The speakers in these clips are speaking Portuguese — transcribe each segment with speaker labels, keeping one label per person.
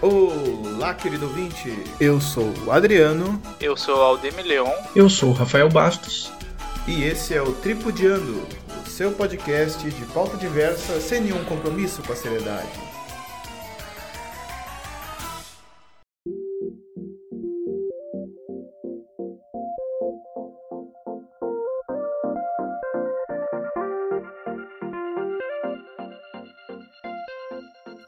Speaker 1: Olá, querido ouvinte! Eu sou o Adriano
Speaker 2: Eu sou o Aldemir Leon.
Speaker 3: Eu sou o Rafael Bastos.
Speaker 1: e esse é o Tripudiando, o seu podcast de pauta diversa sem nenhum compromisso com a seriedade.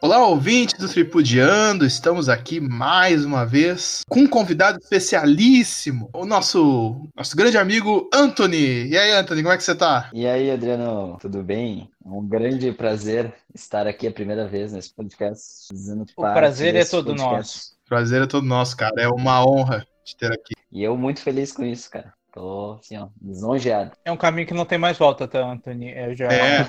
Speaker 4: Olá, ouvintes do Tripudiando, estamos aqui mais uma vez com um convidado especialíssimo, o nosso, nosso grande amigo Anthony. E aí, Anthony, como é que você tá?
Speaker 5: E aí, Adriano, tudo bem? É um grande prazer estar aqui a primeira vez nesse podcast. Fazendo
Speaker 2: O
Speaker 5: parte
Speaker 2: prazer é
Speaker 5: desse
Speaker 2: todo
Speaker 5: podcast.
Speaker 2: nosso.
Speaker 4: Prazer é todo nosso, cara, é uma honra te ter aqui.
Speaker 5: E eu muito feliz com isso, cara. Tô assim, ó, lisonjeado.
Speaker 2: É um caminho que não tem mais volta, tá, Anthony? Eu já...
Speaker 4: É.
Speaker 2: a-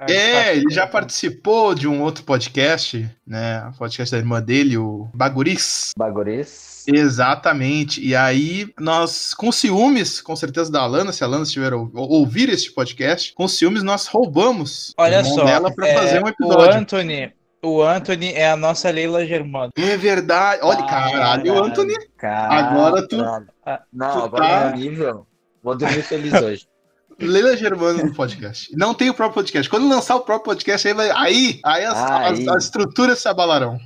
Speaker 2: a-
Speaker 4: É, ele já participou de um outro podcast, né, o podcast da irmã dele, o Baguris.
Speaker 5: Baguris.
Speaker 4: Exatamente. E aí, nós, com ciúmes, com certeza, da Alana, se a Alana estiver ou- ouvir este podcast, com ciúmes, nós roubamos
Speaker 2: Olha
Speaker 4: a mão
Speaker 2: só,
Speaker 4: dela pra
Speaker 2: é,
Speaker 4: fazer um
Speaker 2: O
Speaker 4: episódio.
Speaker 2: Anthony... O Anthony é a nossa Leila Germano.
Speaker 4: É verdade. Olha, caralho,
Speaker 5: caralho.
Speaker 4: Anthony.
Speaker 5: Cara,
Speaker 4: Agora tu-
Speaker 2: Ah,
Speaker 5: Não,
Speaker 4: tu
Speaker 5: agora
Speaker 4: tá-
Speaker 5: é nível. Vou dormir feliz hoje.
Speaker 4: Leila Germano no podcast. Não tem o próprio podcast. Quando lançar o próprio podcast, aí vai. Aí, aí as, as-
Speaker 5: Aí.
Speaker 4: as estruturas se abalarão.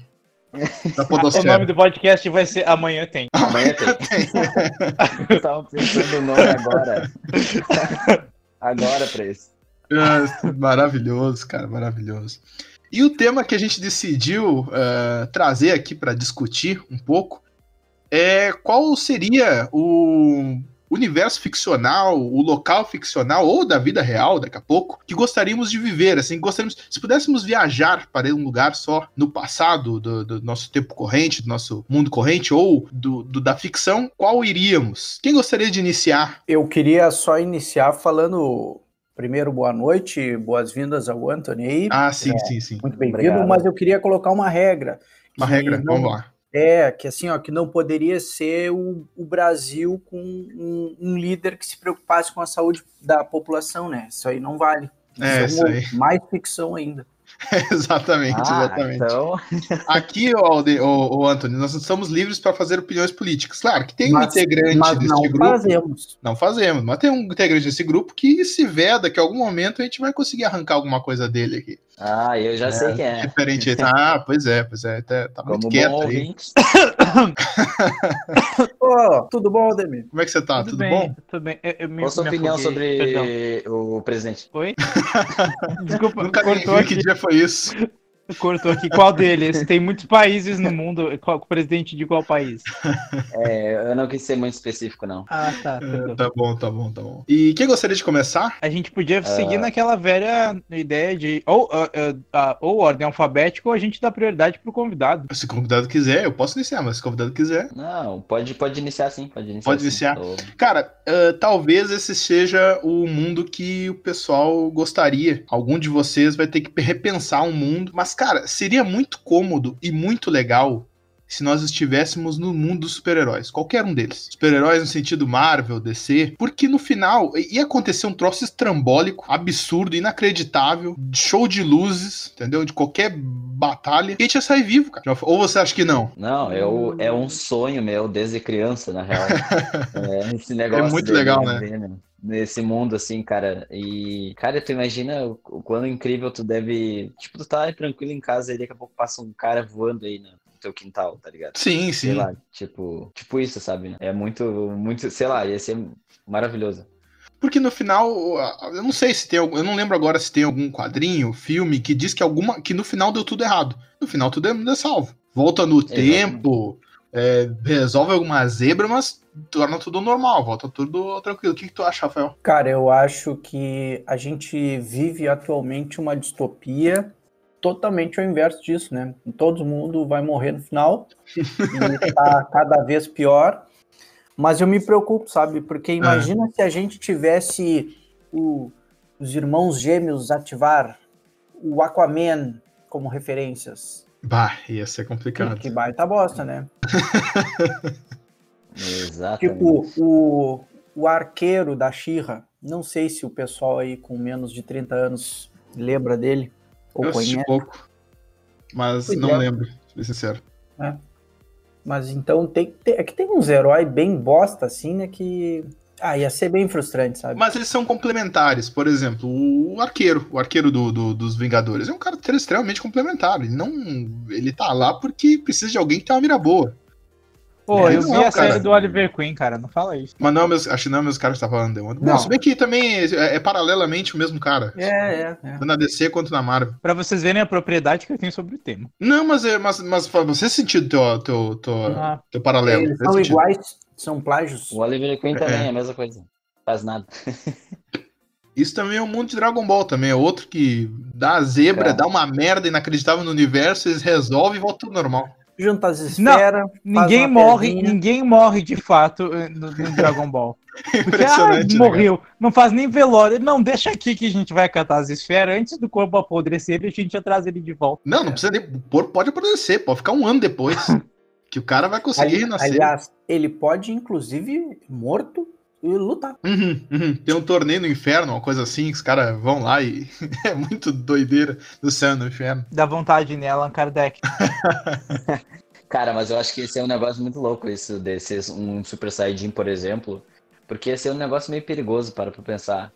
Speaker 4: Da
Speaker 2: Ah, o nome
Speaker 4: Podosfera.
Speaker 2: do podcast vai ser Amanhã Tem.
Speaker 5: Amanhã tem. Eu tava pensando o nome agora. agora pra isso.
Speaker 4: É, maravilhoso, cara, maravilhoso. E o tema que a gente decidiu ah, trazer aqui para discutir um pouco é qual seria o universo ficcional, o local ficcional ou da vida real, daqui a pouco, que gostaríamos de viver, assim, gostaríamos, se pudéssemos viajar para um lugar só no passado do, do nosso tempo corrente, do nosso mundo corrente ou do, do- da ficção, qual iríamos? Quem gostaria de iniciar?
Speaker 6: Eu queria só iniciar falando, primeiro, boa noite, boas-vindas ao Anthony aí.
Speaker 4: Ah, sim, sim, sim.
Speaker 6: Muito bem-vindo,
Speaker 5: obrigado.
Speaker 6: mas eu queria colocar uma regra.
Speaker 4: Uma
Speaker 6: que
Speaker 4: regra,
Speaker 6: não-
Speaker 4: vamos lá.
Speaker 6: É, que assim, ó, que não poderia ser o, o Brasil com um, um líder que se preocupasse com a saúde da população, né? Isso aí não vale.
Speaker 4: É, isso
Speaker 6: é
Speaker 4: aí.
Speaker 6: mais ficção ainda.
Speaker 4: Exatamente,
Speaker 5: Ah,
Speaker 4: exatamente.
Speaker 6: é
Speaker 5: então.
Speaker 4: Aqui, ô, Alde- ô, ô, Anthony, nós não somos livres para fazer opiniões políticas. Claro que tem um
Speaker 6: Mas-
Speaker 4: integrante
Speaker 6: Mas
Speaker 4: desse
Speaker 6: não
Speaker 4: grupo.
Speaker 6: fazemos.
Speaker 4: Não fazemos, mas tem um integrante desse grupo que se veda que em algum momento a gente vai conseguir arrancar alguma coisa dele aqui.
Speaker 5: Ah, eu já sei quem é.
Speaker 4: Diferente. Ah, pois é, pois é. Tá, tá muito
Speaker 5: Como
Speaker 4: quieto
Speaker 5: bom
Speaker 4: aí.
Speaker 5: ouvinte.
Speaker 6: Ô, tudo bom, Ademir?
Speaker 4: Como é que você tá? Tudo,
Speaker 2: bem,
Speaker 4: bom?
Speaker 2: Tudo bem. Eu, eu me-
Speaker 5: Qual a sua
Speaker 2: me
Speaker 5: opinião
Speaker 2: afoguei,
Speaker 5: sobre
Speaker 2: perdão.
Speaker 5: o presidente?
Speaker 2: Oi? Desculpa,
Speaker 4: Nunca nem
Speaker 2: cortou
Speaker 4: vi
Speaker 2: aqui.
Speaker 4: que dia foi isso.
Speaker 2: Cortou aqui. Qual deles? Tem muitos países no mundo. Qual o presidente de qual país?
Speaker 5: É, eu não quis ser muito específico, não.
Speaker 2: Ah, tá.
Speaker 4: É, tá bom, tá bom, tá bom. E quem gostaria de começar?
Speaker 2: A gente
Speaker 4: É.
Speaker 2: podia seguir naquela velha ideia de ou, ah, ah, ah, ou ordem alfabética ou a gente dá prioridade pro convidado.
Speaker 4: Se o convidado quiser, eu posso iniciar, mas se o convidado quiser.
Speaker 5: Não, pode, pode iniciar sim, pode iniciar.
Speaker 4: Pode
Speaker 5: sim.
Speaker 4: iniciar.
Speaker 5: Tô-
Speaker 4: Cara, ah, talvez esse seja o mundo que o pessoal gostaria. Algum de vocês vai ter que repensar um mundo. Mas, cara, seria muito cômodo e muito legal se nós estivéssemos no mundo dos super-heróis. Qualquer um deles. Super-heróis no sentido Marvel, DC. Porque no final i- ia acontecer um troço estrambólico, absurdo, inacreditável. Show de luzes, entendeu? De qualquer batalha. E a gente ia sair vivo, cara. Ou você acha que não?
Speaker 5: Não, eu, é um sonho meu desde criança, na real. É, esse negócio
Speaker 4: muito
Speaker 5: de-
Speaker 4: legal,
Speaker 5: de
Speaker 4: né?
Speaker 5: ver, Nesse mundo, assim, cara. E, cara, tu imagina o o quão incrível tu deve. Tipo, tu tá tranquilo em casa e daqui a pouco passa um cara voando aí no teu quintal, tá ligado?
Speaker 4: Sim,
Speaker 5: Sei
Speaker 4: sim.
Speaker 5: lá, tipo, tipo isso, sabe? É muito, muito, sei lá, ia ser maravilhoso.
Speaker 4: Porque no final, a- eu não sei se tem algum, eu não lembro agora se tem algum quadrinho, filme que diz que alguma que no final deu tudo errado. No final tudo é, é salvo. Volta no tempo, é, resolve alguma zebra, mas torna tudo normal, volta tudo tranquilo. O que, que tu acha, Rafael?
Speaker 6: Cara, eu acho que a gente vive atualmente uma distopia totalmente ao inverso disso, né? Todo mundo vai morrer no final e tá cada vez pior. Mas eu me preocupo, sabe? Porque imagina se a gente tivesse o- os irmãos gêmeos ativar o Aquaman como referências.
Speaker 4: Bah, ia ser
Speaker 6: Que,
Speaker 4: complicado.
Speaker 6: que baita bosta, né?
Speaker 5: Exatamente.
Speaker 6: Tipo, o, o arqueiro da Xirra, não sei se o pessoal aí com menos de 30 anos lembra dele ou
Speaker 4: Eu assisti
Speaker 6: conhece.
Speaker 4: pouco, mas
Speaker 6: né? Pois
Speaker 4: não
Speaker 6: é.
Speaker 4: lembro, pra ser sincero.
Speaker 6: Mas então tem que ter. É que tem uns heróis bem bosta, assim, né? Que. Ah, ia ser bem frustrante, sabe?
Speaker 4: Mas eles são complementares. Por exemplo, o arqueiro, o arqueiro do, do- dos Vingadores, é um cara extremamente complementar. Ele não. Ele tá lá porque precisa de alguém que tem uma mira boa.
Speaker 2: Pô,
Speaker 4: É,
Speaker 2: eu
Speaker 4: não,
Speaker 2: vi
Speaker 4: cara.
Speaker 2: a série do Oliver Queen, cara, não fala isso.
Speaker 4: Mas não é o mesmo- acho que não é o mesmo cara que tá falando The Wonder. Não,
Speaker 6: Não.
Speaker 4: se bem que também é, é paralelamente o mesmo cara.
Speaker 6: É, é, é.
Speaker 4: Tanto na DC quanto na Marvel.
Speaker 2: Pra vocês verem a propriedade que eu tenho sobre o tema.
Speaker 4: Não, mas, é- mas, mas faz você sentido teu, teu, teu,
Speaker 2: Ah,
Speaker 4: teu paralelo.
Speaker 6: Eles
Speaker 4: faz
Speaker 6: são
Speaker 4: sentido.
Speaker 6: iguais, são plágios.
Speaker 5: O Oliver Queen também é a mesma coisa. Faz nada.
Speaker 4: Isso também é o mundo de Dragon Ball também. É outro que dá a zebra,
Speaker 6: É.
Speaker 5: Cara.
Speaker 4: dá uma merda inacreditável no universo, eles resolvem e volta tudo normal.
Speaker 6: Junta as esferas.
Speaker 2: ninguém
Speaker 6: uma
Speaker 2: morre,
Speaker 6: pedrinha.
Speaker 2: ninguém morre de fato eh, no, no Dragon Ball. Porque, ah,
Speaker 4: Impressionante. né, cara?
Speaker 2: morreu. Não faz nem velório. Não, deixa aqui que a gente vai catar as esferas. Antes do corpo apodrecer, deixa a gente atrás ele de volta.
Speaker 4: Não, não precisa nem. O corpo pode apodrecer, pode ficar um ano depois. que o cara vai conseguir
Speaker 6: ali-
Speaker 4: renascer.
Speaker 6: aliás, ele pode, inclusive, morto e lutar.
Speaker 4: Uhum, uhum. Tem um torneio no inferno, uma coisa assim, que os caras vão lá e. é muito doideira do céu no inferno.
Speaker 2: Dá vontade nela, Kardec.
Speaker 5: Cara, mas eu acho que esse é um negócio muito louco, isso de ser um Super Saiyajin, por exemplo. Porque esse é um negócio meio perigoso, para pra pensar.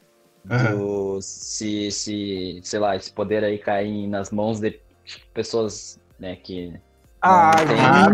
Speaker 4: Uhum.
Speaker 5: Do, se, se, sei lá, esse poder aí cair nas mãos de tipo, pessoas, né, que... tem-
Speaker 4: Ah,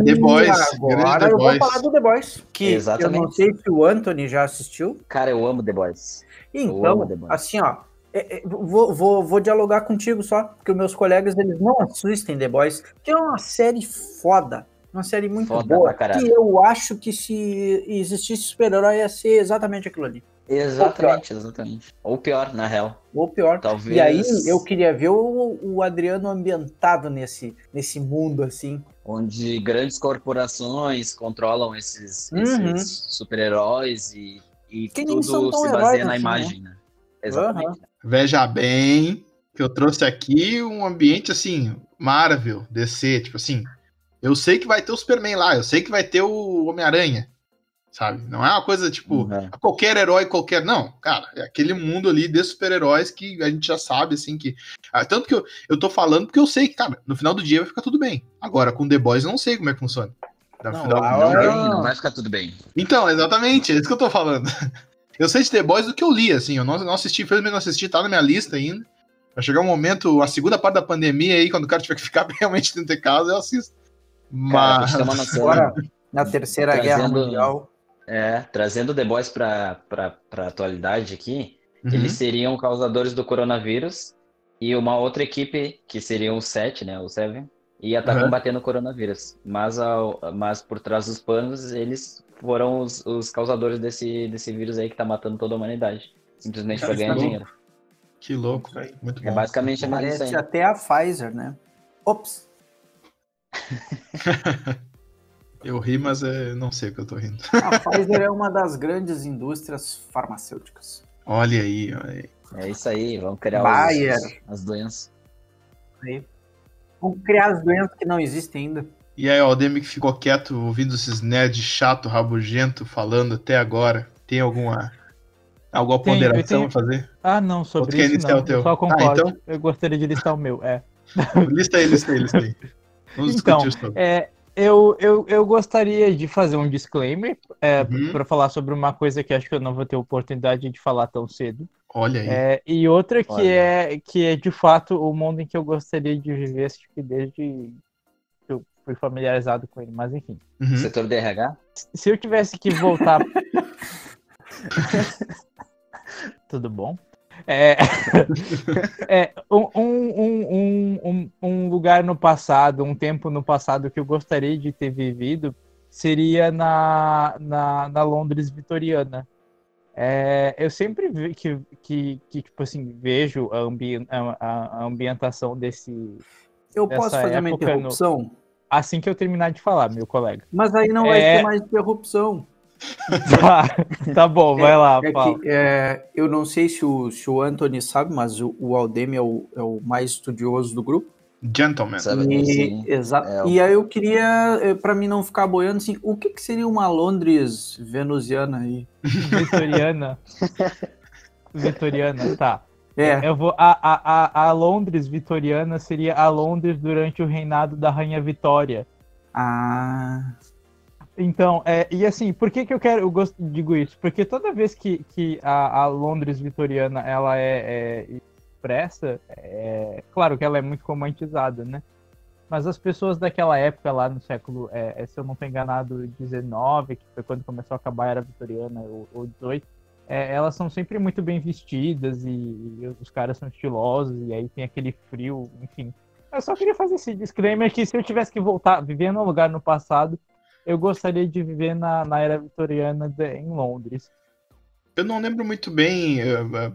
Speaker 4: The Boys, grande The
Speaker 6: Agora eu
Speaker 4: Boys.
Speaker 6: vou falar do The Boys. Que
Speaker 5: Exatamente.
Speaker 6: eu não sei se o Anthony já assistiu.
Speaker 5: Cara, eu amo The Boys.
Speaker 6: Então,
Speaker 5: amo The Boys.
Speaker 6: assim, ó. é, é, vou, vou, vou dialogar contigo só, porque os meus colegas eles não assistem The Boys, que é uma série foda. Uma série muito
Speaker 5: Foda
Speaker 6: boa.
Speaker 5: pra caralho.
Speaker 6: Que eu acho que se existisse super-herói ia ser exatamente aquilo ali.
Speaker 5: Exatamente, exatamente. Ou pior, na real.
Speaker 6: Ou pior.
Speaker 5: Talvez...
Speaker 6: E aí eu queria ver o, o Adriano ambientado nesse, nesse mundo, assim.
Speaker 5: onde grandes corporações controlam esses,
Speaker 6: Uhum.
Speaker 5: esses super-heróis e, e
Speaker 6: Que nem
Speaker 5: tudo
Speaker 6: são tão
Speaker 5: se
Speaker 6: heróis
Speaker 5: baseia na
Speaker 6: assim,
Speaker 5: imagem, né? Exatamente.
Speaker 4: Veja bem que eu trouxe aqui um ambiente assim, Marvel, DC, tipo assim. Eu sei que vai ter o Superman lá, eu sei que vai ter o Homem-Aranha, sabe? Não é uma coisa tipo,
Speaker 5: Uhum.
Speaker 4: a qualquer herói, qualquer. Não, cara, é aquele mundo ali de super-heróis que a gente já sabe, assim, que. Ah, Tanto que eu, eu tô falando porque eu sei que, cara, no final do dia vai ficar tudo bem. Agora, com The Boys, eu não sei como é que funciona. No
Speaker 6: Não,
Speaker 4: final-
Speaker 6: lá-
Speaker 5: Não,
Speaker 6: Ah.
Speaker 5: bem, não vai ficar tudo bem.
Speaker 4: Então, exatamente, é isso que eu tô falando. Eu sei de The Boys do que eu li, assim, eu não, não assisti, infelizmente não assisti, tá na minha lista ainda. Vai chegar um momento, a segunda parte da pandemia aí, quando o cara tiver que ficar realmente dentro de casa, eu assisto.
Speaker 5: Cara, pra
Speaker 4: Mas.
Speaker 5: te ter uma noção,
Speaker 6: Agora, na Terceira Guerra
Speaker 5: Trazendo-
Speaker 6: Mundial.
Speaker 5: é, trazendo The Boys pra, pra, pra atualidade aqui,
Speaker 4: Uhum.
Speaker 5: eles seriam causadores do coronavírus e uma outra equipe, que seriam os sete, né? O Seven, ia estar
Speaker 4: Uhum.
Speaker 5: combatendo o coronavírus. Mas, ao- mas por trás dos panos, eles foram os, os causadores desse, desse vírus aí que tá matando toda a humanidade. Simplesmente
Speaker 4: Cara,
Speaker 5: pra ganhar
Speaker 4: tá louco.
Speaker 5: dinheiro.
Speaker 4: Que louco, velho. Muito bom.
Speaker 5: É basicamente mais isso aí.
Speaker 6: Parece até a Pfizer, né? Ops.
Speaker 4: Eu ri, mas é, não sei o que eu tô rindo.
Speaker 6: A Pfizer é uma das grandes indústrias farmacêuticas.
Speaker 4: Olha aí, olha aí.
Speaker 5: É isso aí, vamos criar
Speaker 6: Bayer.
Speaker 5: os- as doenças.
Speaker 6: Vão criar as doenças que não existem ainda.
Speaker 4: E aí, ó, o Demi que ficou quieto ouvindo esses nerds chato, rabugento falando até agora. Tem alguma alguma
Speaker 2: Tem, eu
Speaker 4: ponderação
Speaker 2: tenho-
Speaker 4: a fazer?
Speaker 2: Ah, não,
Speaker 4: Outro
Speaker 2: sobre
Speaker 4: que
Speaker 2: isso
Speaker 4: iniciar
Speaker 2: não.
Speaker 4: o teu.
Speaker 2: Eu só
Speaker 4: Ah,
Speaker 2: concordo.
Speaker 4: então?
Speaker 2: Eu gostaria de listar o meu, é.
Speaker 4: Lista aí, lista aí, lista aí. Vamos
Speaker 2: Então,
Speaker 4: discutir sobre.
Speaker 2: É, eu, eu, eu gostaria de fazer um disclaimer é,
Speaker 4: Uhum.
Speaker 2: para falar sobre uma coisa que acho que eu não vou ter oportunidade de falar tão cedo.
Speaker 4: Olha aí.
Speaker 2: É, e outra que
Speaker 5: Olha.
Speaker 2: é, que é de fato o mundo em que eu gostaria de viver, acho que desde que eu fui familiarizado com ele. Mas enfim,
Speaker 4: Uhum.
Speaker 5: Setor de RH?
Speaker 2: se eu tivesse que voltar. Tudo bom? É, é, um, um, um, um, um lugar no passado, um tempo no passado que eu gostaria de ter vivido seria na, na, na Londres vitoriana. É, eu sempre vi que, que, que tipo assim, vejo a, ambi a, a- a ambientação desse.
Speaker 6: Eu
Speaker 2: Dessa
Speaker 6: posso fazer
Speaker 2: época
Speaker 6: uma
Speaker 2: é no-
Speaker 6: interrupção,
Speaker 2: Assim que eu terminar de falar, meu colega.
Speaker 6: mas aí não vai
Speaker 2: É.
Speaker 6: ter mais interrupção.
Speaker 2: Tá, tá bom, vai lá,
Speaker 6: É
Speaker 2: Paulo.
Speaker 6: que, é, eu não sei se o, se o Anthony sabe, mas o, o Aldemir é o, é o mais estudioso do grupo.
Speaker 4: Gentleman.
Speaker 5: Sabe?
Speaker 6: E,
Speaker 5: Sim.
Speaker 6: exato.
Speaker 5: É,
Speaker 6: e aí eu queria, para mim não ficar boiando, assim, o que, que seria uma Londres venusiana aí?
Speaker 2: Vitoriana. Vitoriana, tá.
Speaker 6: É,
Speaker 2: Eu vou. A, a, a, a Londres vitoriana seria a Londres durante o reinado da Rainha Vitória.
Speaker 6: Ah.
Speaker 2: Então, é, e assim, por que, que eu quero, eu gosto, digo isso? Porque toda vez que, que a, a Londres vitoriana ela é, é expressa, é, claro que ela é muito romantizada, né? Mas as pessoas daquela época, lá no século, é, se eu não estou enganado, 19, que foi quando começou a acabar a era vitoriana, ou, ou 18, é, elas são sempre muito bem vestidas e, e os caras são estilosos, e aí tem aquele frio, enfim. Eu só queria fazer esse disclaimer que se eu tivesse que voltar, viver num lugar no passado, eu gostaria de viver na, na era vitoriana de- em Londres.
Speaker 4: Eu não lembro muito bem eh, eh,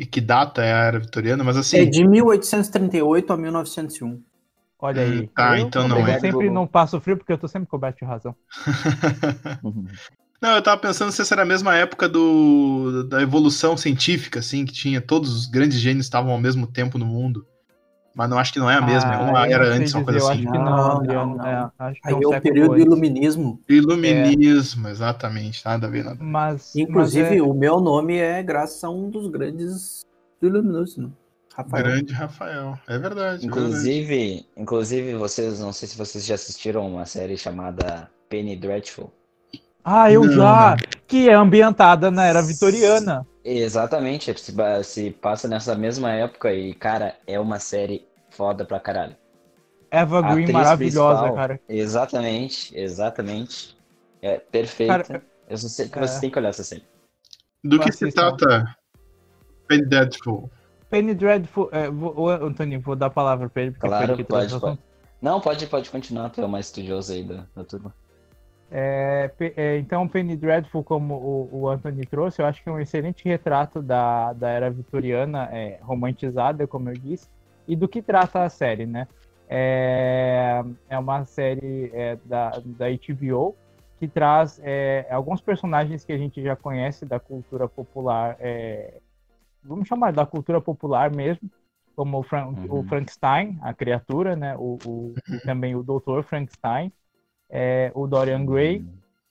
Speaker 4: eh, que data é a era vitoriana, mas assim.
Speaker 6: É de 1838 a 1901.
Speaker 2: Olha aí.
Speaker 4: Tá,
Speaker 2: Eu-
Speaker 4: então não
Speaker 2: eu
Speaker 5: é.
Speaker 2: sempre não passo frio porque eu tô sempre coberto de razão.
Speaker 4: não, eu tava pensando se essa era a mesma época do, da evolução científica, assim, que tinha todos os grandes gênios estavam ao mesmo tempo no mundo. Mas não acho que não é a mesma, é
Speaker 2: Ah,
Speaker 4: uma
Speaker 2: eu
Speaker 4: era
Speaker 2: não sei
Speaker 4: antes, uma coisa
Speaker 2: dizer,
Speaker 4: assim.
Speaker 2: Eu acho que
Speaker 6: Não,
Speaker 2: não, Adriano,
Speaker 6: não,
Speaker 2: é, acho que
Speaker 6: Aí
Speaker 2: é um
Speaker 6: é o
Speaker 2: século
Speaker 6: período do
Speaker 2: antes.
Speaker 6: iluminismo.
Speaker 4: Iluminismo, exatamente, tá, nada a ver, nada. a ver.
Speaker 2: Mas,
Speaker 6: Inclusive,
Speaker 2: mas é-
Speaker 6: o meu nome é graças a um dos grandes do iluminismo, Rafael.
Speaker 4: Grande Rafael, é verdade. é verdade.
Speaker 5: Inclusive, inclusive, vocês, não sei se vocês já assistiram uma série chamada Penny Dreadful.
Speaker 2: Ah, eu
Speaker 4: Não.
Speaker 2: já! Que é ambientada na era vitoriana.
Speaker 5: Exatamente, se, ba- se passa nessa mesma época e, cara, é uma série foda pra caralho.
Speaker 2: Eva
Speaker 5: A
Speaker 2: Green
Speaker 5: atriz
Speaker 2: maravilhosa,
Speaker 5: principal.
Speaker 2: cara.
Speaker 5: Exatamente, exatamente. É perfeita.
Speaker 2: Cara,
Speaker 5: Eu só sei que
Speaker 2: é.
Speaker 5: vocês têm que olhar essa série.
Speaker 4: Do que se
Speaker 2: Fascista.
Speaker 4: trata Penny Dreadful?
Speaker 2: Penny Dreadful. É, vou, ô, Antônio, vou dar a palavra pra ele. Porque
Speaker 5: Claro,
Speaker 2: foi ele que
Speaker 5: pode,
Speaker 2: trouxe o
Speaker 5: pode.
Speaker 2: assunto.
Speaker 5: Não, pode, pode continuar, tu é o mais estudioso aí da, da turma.
Speaker 2: É, pe- é, então, Penny Dreadful, como o, o Anthony trouxe, eu acho que é um excelente retrato da, da era vitoriana, é, romantizada, como eu disse, e do que trata a série, né? É, é uma série é, da, da HBO que traz é, alguns personagens que a gente já conhece da cultura popular, é, vamos chamar da cultura popular mesmo, como o, Fran-
Speaker 5: Uhum.
Speaker 2: o Frankenstein, a criatura, né? O, o- e também o Doutor Frankenstein, é, o Dorian Gray,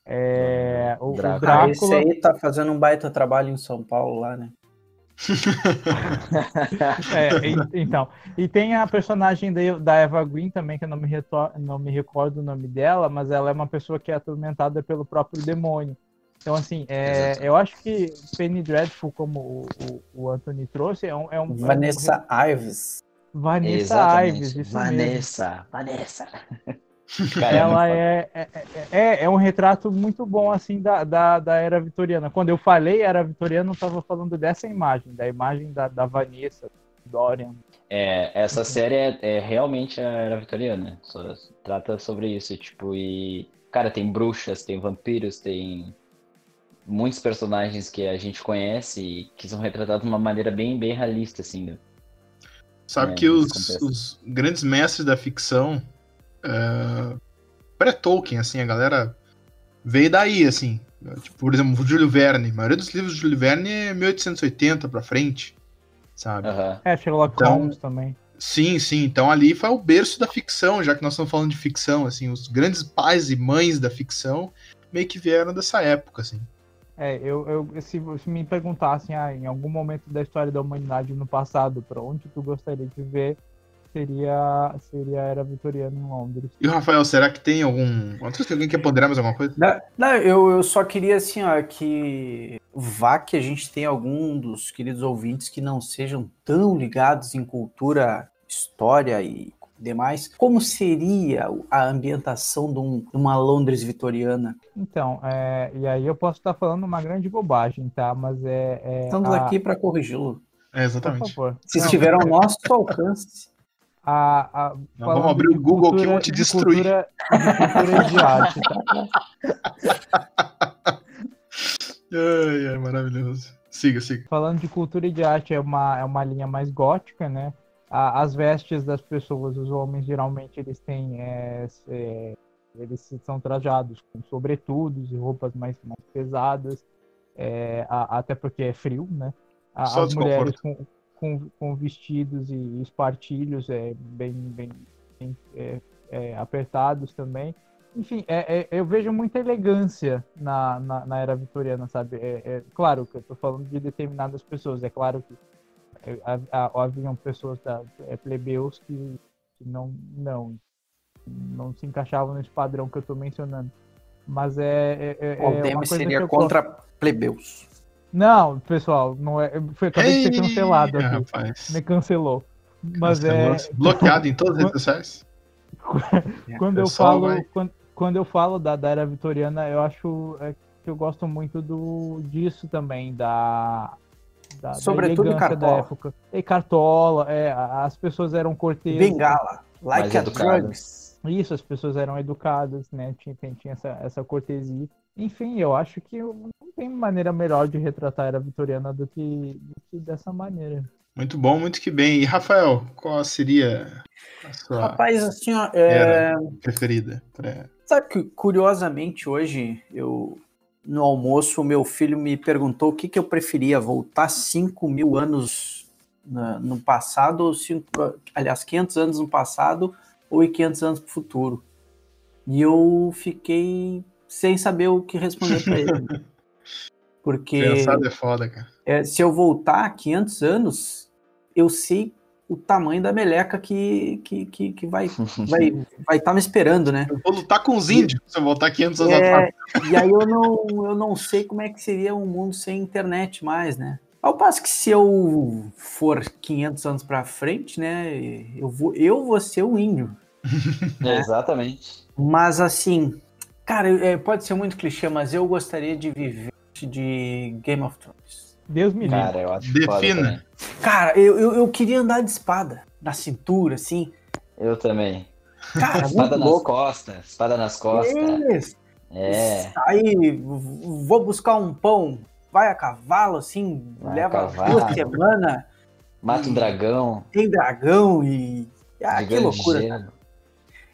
Speaker 2: é, o, o
Speaker 5: Drácula.
Speaker 6: Ah,
Speaker 2: Drácula.
Speaker 6: esse aí tá fazendo um baita trabalho em São Paulo lá, né?
Speaker 2: É, e- então, e tem a personagem da, da Eva Green também, que eu não me, retor- não me recordo o nome dela, mas ela é uma pessoa que é atormentada pelo próprio demônio. Então, assim, é,
Speaker 5: Exato.
Speaker 2: eu acho que Penny Dreadful, como o, o, o Anthony trouxe, é um. É um
Speaker 6: Vanessa Ives.
Speaker 2: Vanessa
Speaker 5: Exatamente.
Speaker 2: Ives, isso mesmo.
Speaker 5: Vanessa, Vanessa. Cara,
Speaker 2: Ela
Speaker 5: muito foda.
Speaker 2: é, é, é, é um retrato muito bom, assim, da, da, da era vitoriana. Quando eu falei era vitoriana, eu estava falando dessa imagem, da imagem da, da Vanessa, Dorian,
Speaker 5: É, essa série é, é realmente a era vitoriana. Só trata sobre isso, tipo, e. Cara, tem bruxas, tem vampiros, tem muitos personagens que a gente conhece e que são retratados de uma maneira bem, bem realista, assim. né?
Speaker 4: Sabe
Speaker 5: É,
Speaker 4: que
Speaker 5: isso
Speaker 4: os,
Speaker 5: acontece.
Speaker 4: os grandes mestres da ficção é, pré-Tolkien, assim, a galera veio daí, assim. Tipo, por exemplo, o Júlio Verne. A maioria dos livros do Júlio Verne é 1880 pra frente, sabe?
Speaker 5: Aham.
Speaker 2: É, Sherlock
Speaker 4: Então-
Speaker 2: Holmes também.
Speaker 4: Sim, sim. Então ali foi o berço da ficção, já que nós estamos falando de ficção, assim. Os grandes pais e mães da ficção meio que vieram dessa época, assim.
Speaker 2: É, eu, eu- se, se me perguntassem ah, em algum momento da história da humanidade no passado, pra onde tu gostaria de ver, seria, seria a era vitoriana em Londres.
Speaker 4: E o Rafael, será que tem algum... Não sei se alguém quer ponderar mais alguma coisa?
Speaker 6: Não, não, eu, eu só queria assim, ó, que vá que a gente tem algum dos queridos ouvintes que não sejam tão ligados em cultura, história e demais. Como seria o- a ambientação de, um- de uma Londres vitoriana?
Speaker 2: Então, é, e aí eu posso estar falando uma grande bobagem, tá? Mas é. é
Speaker 6: Estamos
Speaker 2: a-
Speaker 6: aqui para corrigi-lo.
Speaker 4: É,
Speaker 2: Por
Speaker 4: exatamente.
Speaker 2: favor.
Speaker 6: Se
Speaker 2: Não,
Speaker 6: estiver ao nosso alcance.
Speaker 2: a- a-
Speaker 4: Nós vamos
Speaker 2: falando
Speaker 4: abrir
Speaker 2: de
Speaker 4: o Google aqui e
Speaker 2: cultura-
Speaker 4: vamos te
Speaker 2: de
Speaker 4: destruir.
Speaker 2: cultura- de cultura e de arte, tá?
Speaker 4: Ai, ai, maravilhoso. Siga, siga.
Speaker 2: Falando de cultura e de arte, é uma, é uma linha mais gótica, né? A- As vestes das pessoas, os homens geralmente eles têm. é, s- é, eles se- são trajados com sobretudos e roupas mais, mais pesadas, é, a- até porque é frio, né? A-
Speaker 4: Só
Speaker 2: As mulheres com, com, com vestidos e espartilhos é, bem, bem, bem, é, é, apertados também. Enfim, é- é- eu vejo muita elegância na, na, na era vitoriana, sabe? É, é claro que eu tô falando de determinadas pessoas, é claro que é, ha- ha- haviam pessoas da, é, plebeus que, que não, não. não se encaixavam nesse padrão que eu tô mencionando. Mas é. é, é
Speaker 6: Qual
Speaker 2: é uma
Speaker 6: tema
Speaker 2: coisa que
Speaker 6: seria
Speaker 2: eu
Speaker 6: contra plebeus?
Speaker 2: Não, pessoal, não é. Foi acabei de ser cancelado
Speaker 4: Ih,
Speaker 2: aqui.
Speaker 4: rapaz.
Speaker 2: Me cancelou. Mas
Speaker 4: Ah. Cancelou.
Speaker 2: é.
Speaker 4: Bloqueado em todas as redes sociais.
Speaker 2: Quando eu
Speaker 4: Pessoal,
Speaker 2: falo.
Speaker 4: né? vai.
Speaker 2: Quando, quando eu falo da, da era vitoriana, eu acho é, que eu gosto muito do, disso também, da. da da
Speaker 6: Sobretudo
Speaker 2: elegância
Speaker 6: Cartola.
Speaker 2: Da época. E cartola, é, a- as pessoas eram cortesas.
Speaker 6: Bengala.
Speaker 5: mais
Speaker 6: Like a
Speaker 5: educado.
Speaker 6: drug.
Speaker 2: Isso, as pessoas eram educadas, né? Tinha, tem- tinha essa, essa cortesia. Enfim, eu acho que não tem maneira melhor de retratar a era vitoriana do que, do que dessa maneira.
Speaker 4: Muito bom, muito que bem. E Rafael, qual seria a
Speaker 2: É.
Speaker 4: sua
Speaker 6: Rapaz, assim, ó, é,
Speaker 4: preferida? pra-
Speaker 6: sabe que curiosamente hoje eu no almoço meu filho me perguntou o que, que eu preferia voltar 5 mil anos na- no passado ou cinco, aliás 500 anos no passado ou ir 500 anos pro futuro. E eu fiquei sem saber o que responder para ele. Porque
Speaker 4: Criançada é foda, cara.
Speaker 6: é, se eu voltar 500 anos, eu sei o tamanho da meleca que, que, que, que vai vai vai estar me esperando, né?
Speaker 4: Eu vou lutar com os índios se eu voltar 500 anos atrás.
Speaker 6: É, e aí eu não, eu não sei como é que seria um mundo sem internet mais, né? Ao passo que se eu for 500 anos pra frente, né, eu vou, eu vou ser um índio.
Speaker 5: É. Exatamente.
Speaker 6: Mas assim, cara, é, pode ser muito clichê, mas eu gostaria de viver de Game of Thrones.
Speaker 2: Deus me livre.
Speaker 5: Cara, eu acho foda
Speaker 4: Defina.
Speaker 5: também.
Speaker 6: Cara, eu, eu, eu queria andar de espada na cintura, assim.
Speaker 5: Eu também.
Speaker 6: Cara,
Speaker 5: Espada
Speaker 6: É muito
Speaker 5: nas
Speaker 6: louco.
Speaker 5: costas. Espada nas costas.
Speaker 6: Isso.
Speaker 5: É.
Speaker 6: Aí, v- vou buscar um pão, vai a cavalo, assim,
Speaker 5: Vai a
Speaker 6: leva
Speaker 5: cavalo.
Speaker 6: duas semanas,
Speaker 5: Mata um dragão.
Speaker 6: tem dragão e. Ah, que
Speaker 5: gigante de
Speaker 6: loucura.
Speaker 5: gelo.
Speaker 6: cara.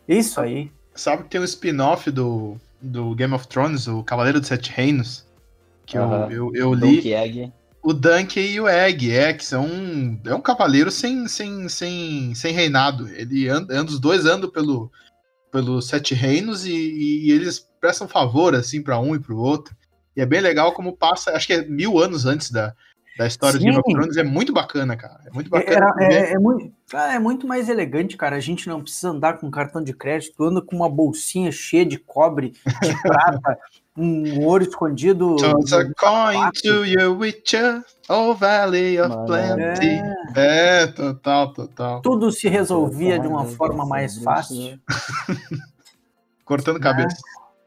Speaker 6: Isso aí.
Speaker 4: Sabe que tem um spin-off do, do Game of Thrones, o Cavaleiro dos Sete Reinos? Que eu-
Speaker 5: Aham.
Speaker 4: eu, eu, li.
Speaker 5: Donkey Egg.
Speaker 4: O Dunkey e o Egg, é, que são. É um cavaleiro sem, sem, sem, sem reinado. Ele anda, anda- os dois andam pelo, pelos sete reinos e, e eles prestam favor, assim, para um e pro outro. E é bem legal como passa, acho que é mil anos antes da, da história de
Speaker 6: Sim.
Speaker 4: Game of Thrones. É muito bacana, cara. É muito
Speaker 6: É,
Speaker 4: bacana.
Speaker 6: era-
Speaker 4: porque-
Speaker 6: é- é muito, cara, é muito mais elegante, cara. A gente não precisa andar com cartão de crédito, tu anda com uma bolsinha cheia de cobre, de prata, um ouro escondido.
Speaker 4: Toss a coin
Speaker 6: sapato.
Speaker 4: to your witcher, oh valley of
Speaker 5: Mano.
Speaker 4: plenty. É, total, total.
Speaker 6: Tudo se resolvia de uma
Speaker 5: Verdade,
Speaker 6: forma mais
Speaker 5: verdade.
Speaker 6: fácil.
Speaker 4: Cortando cabeça.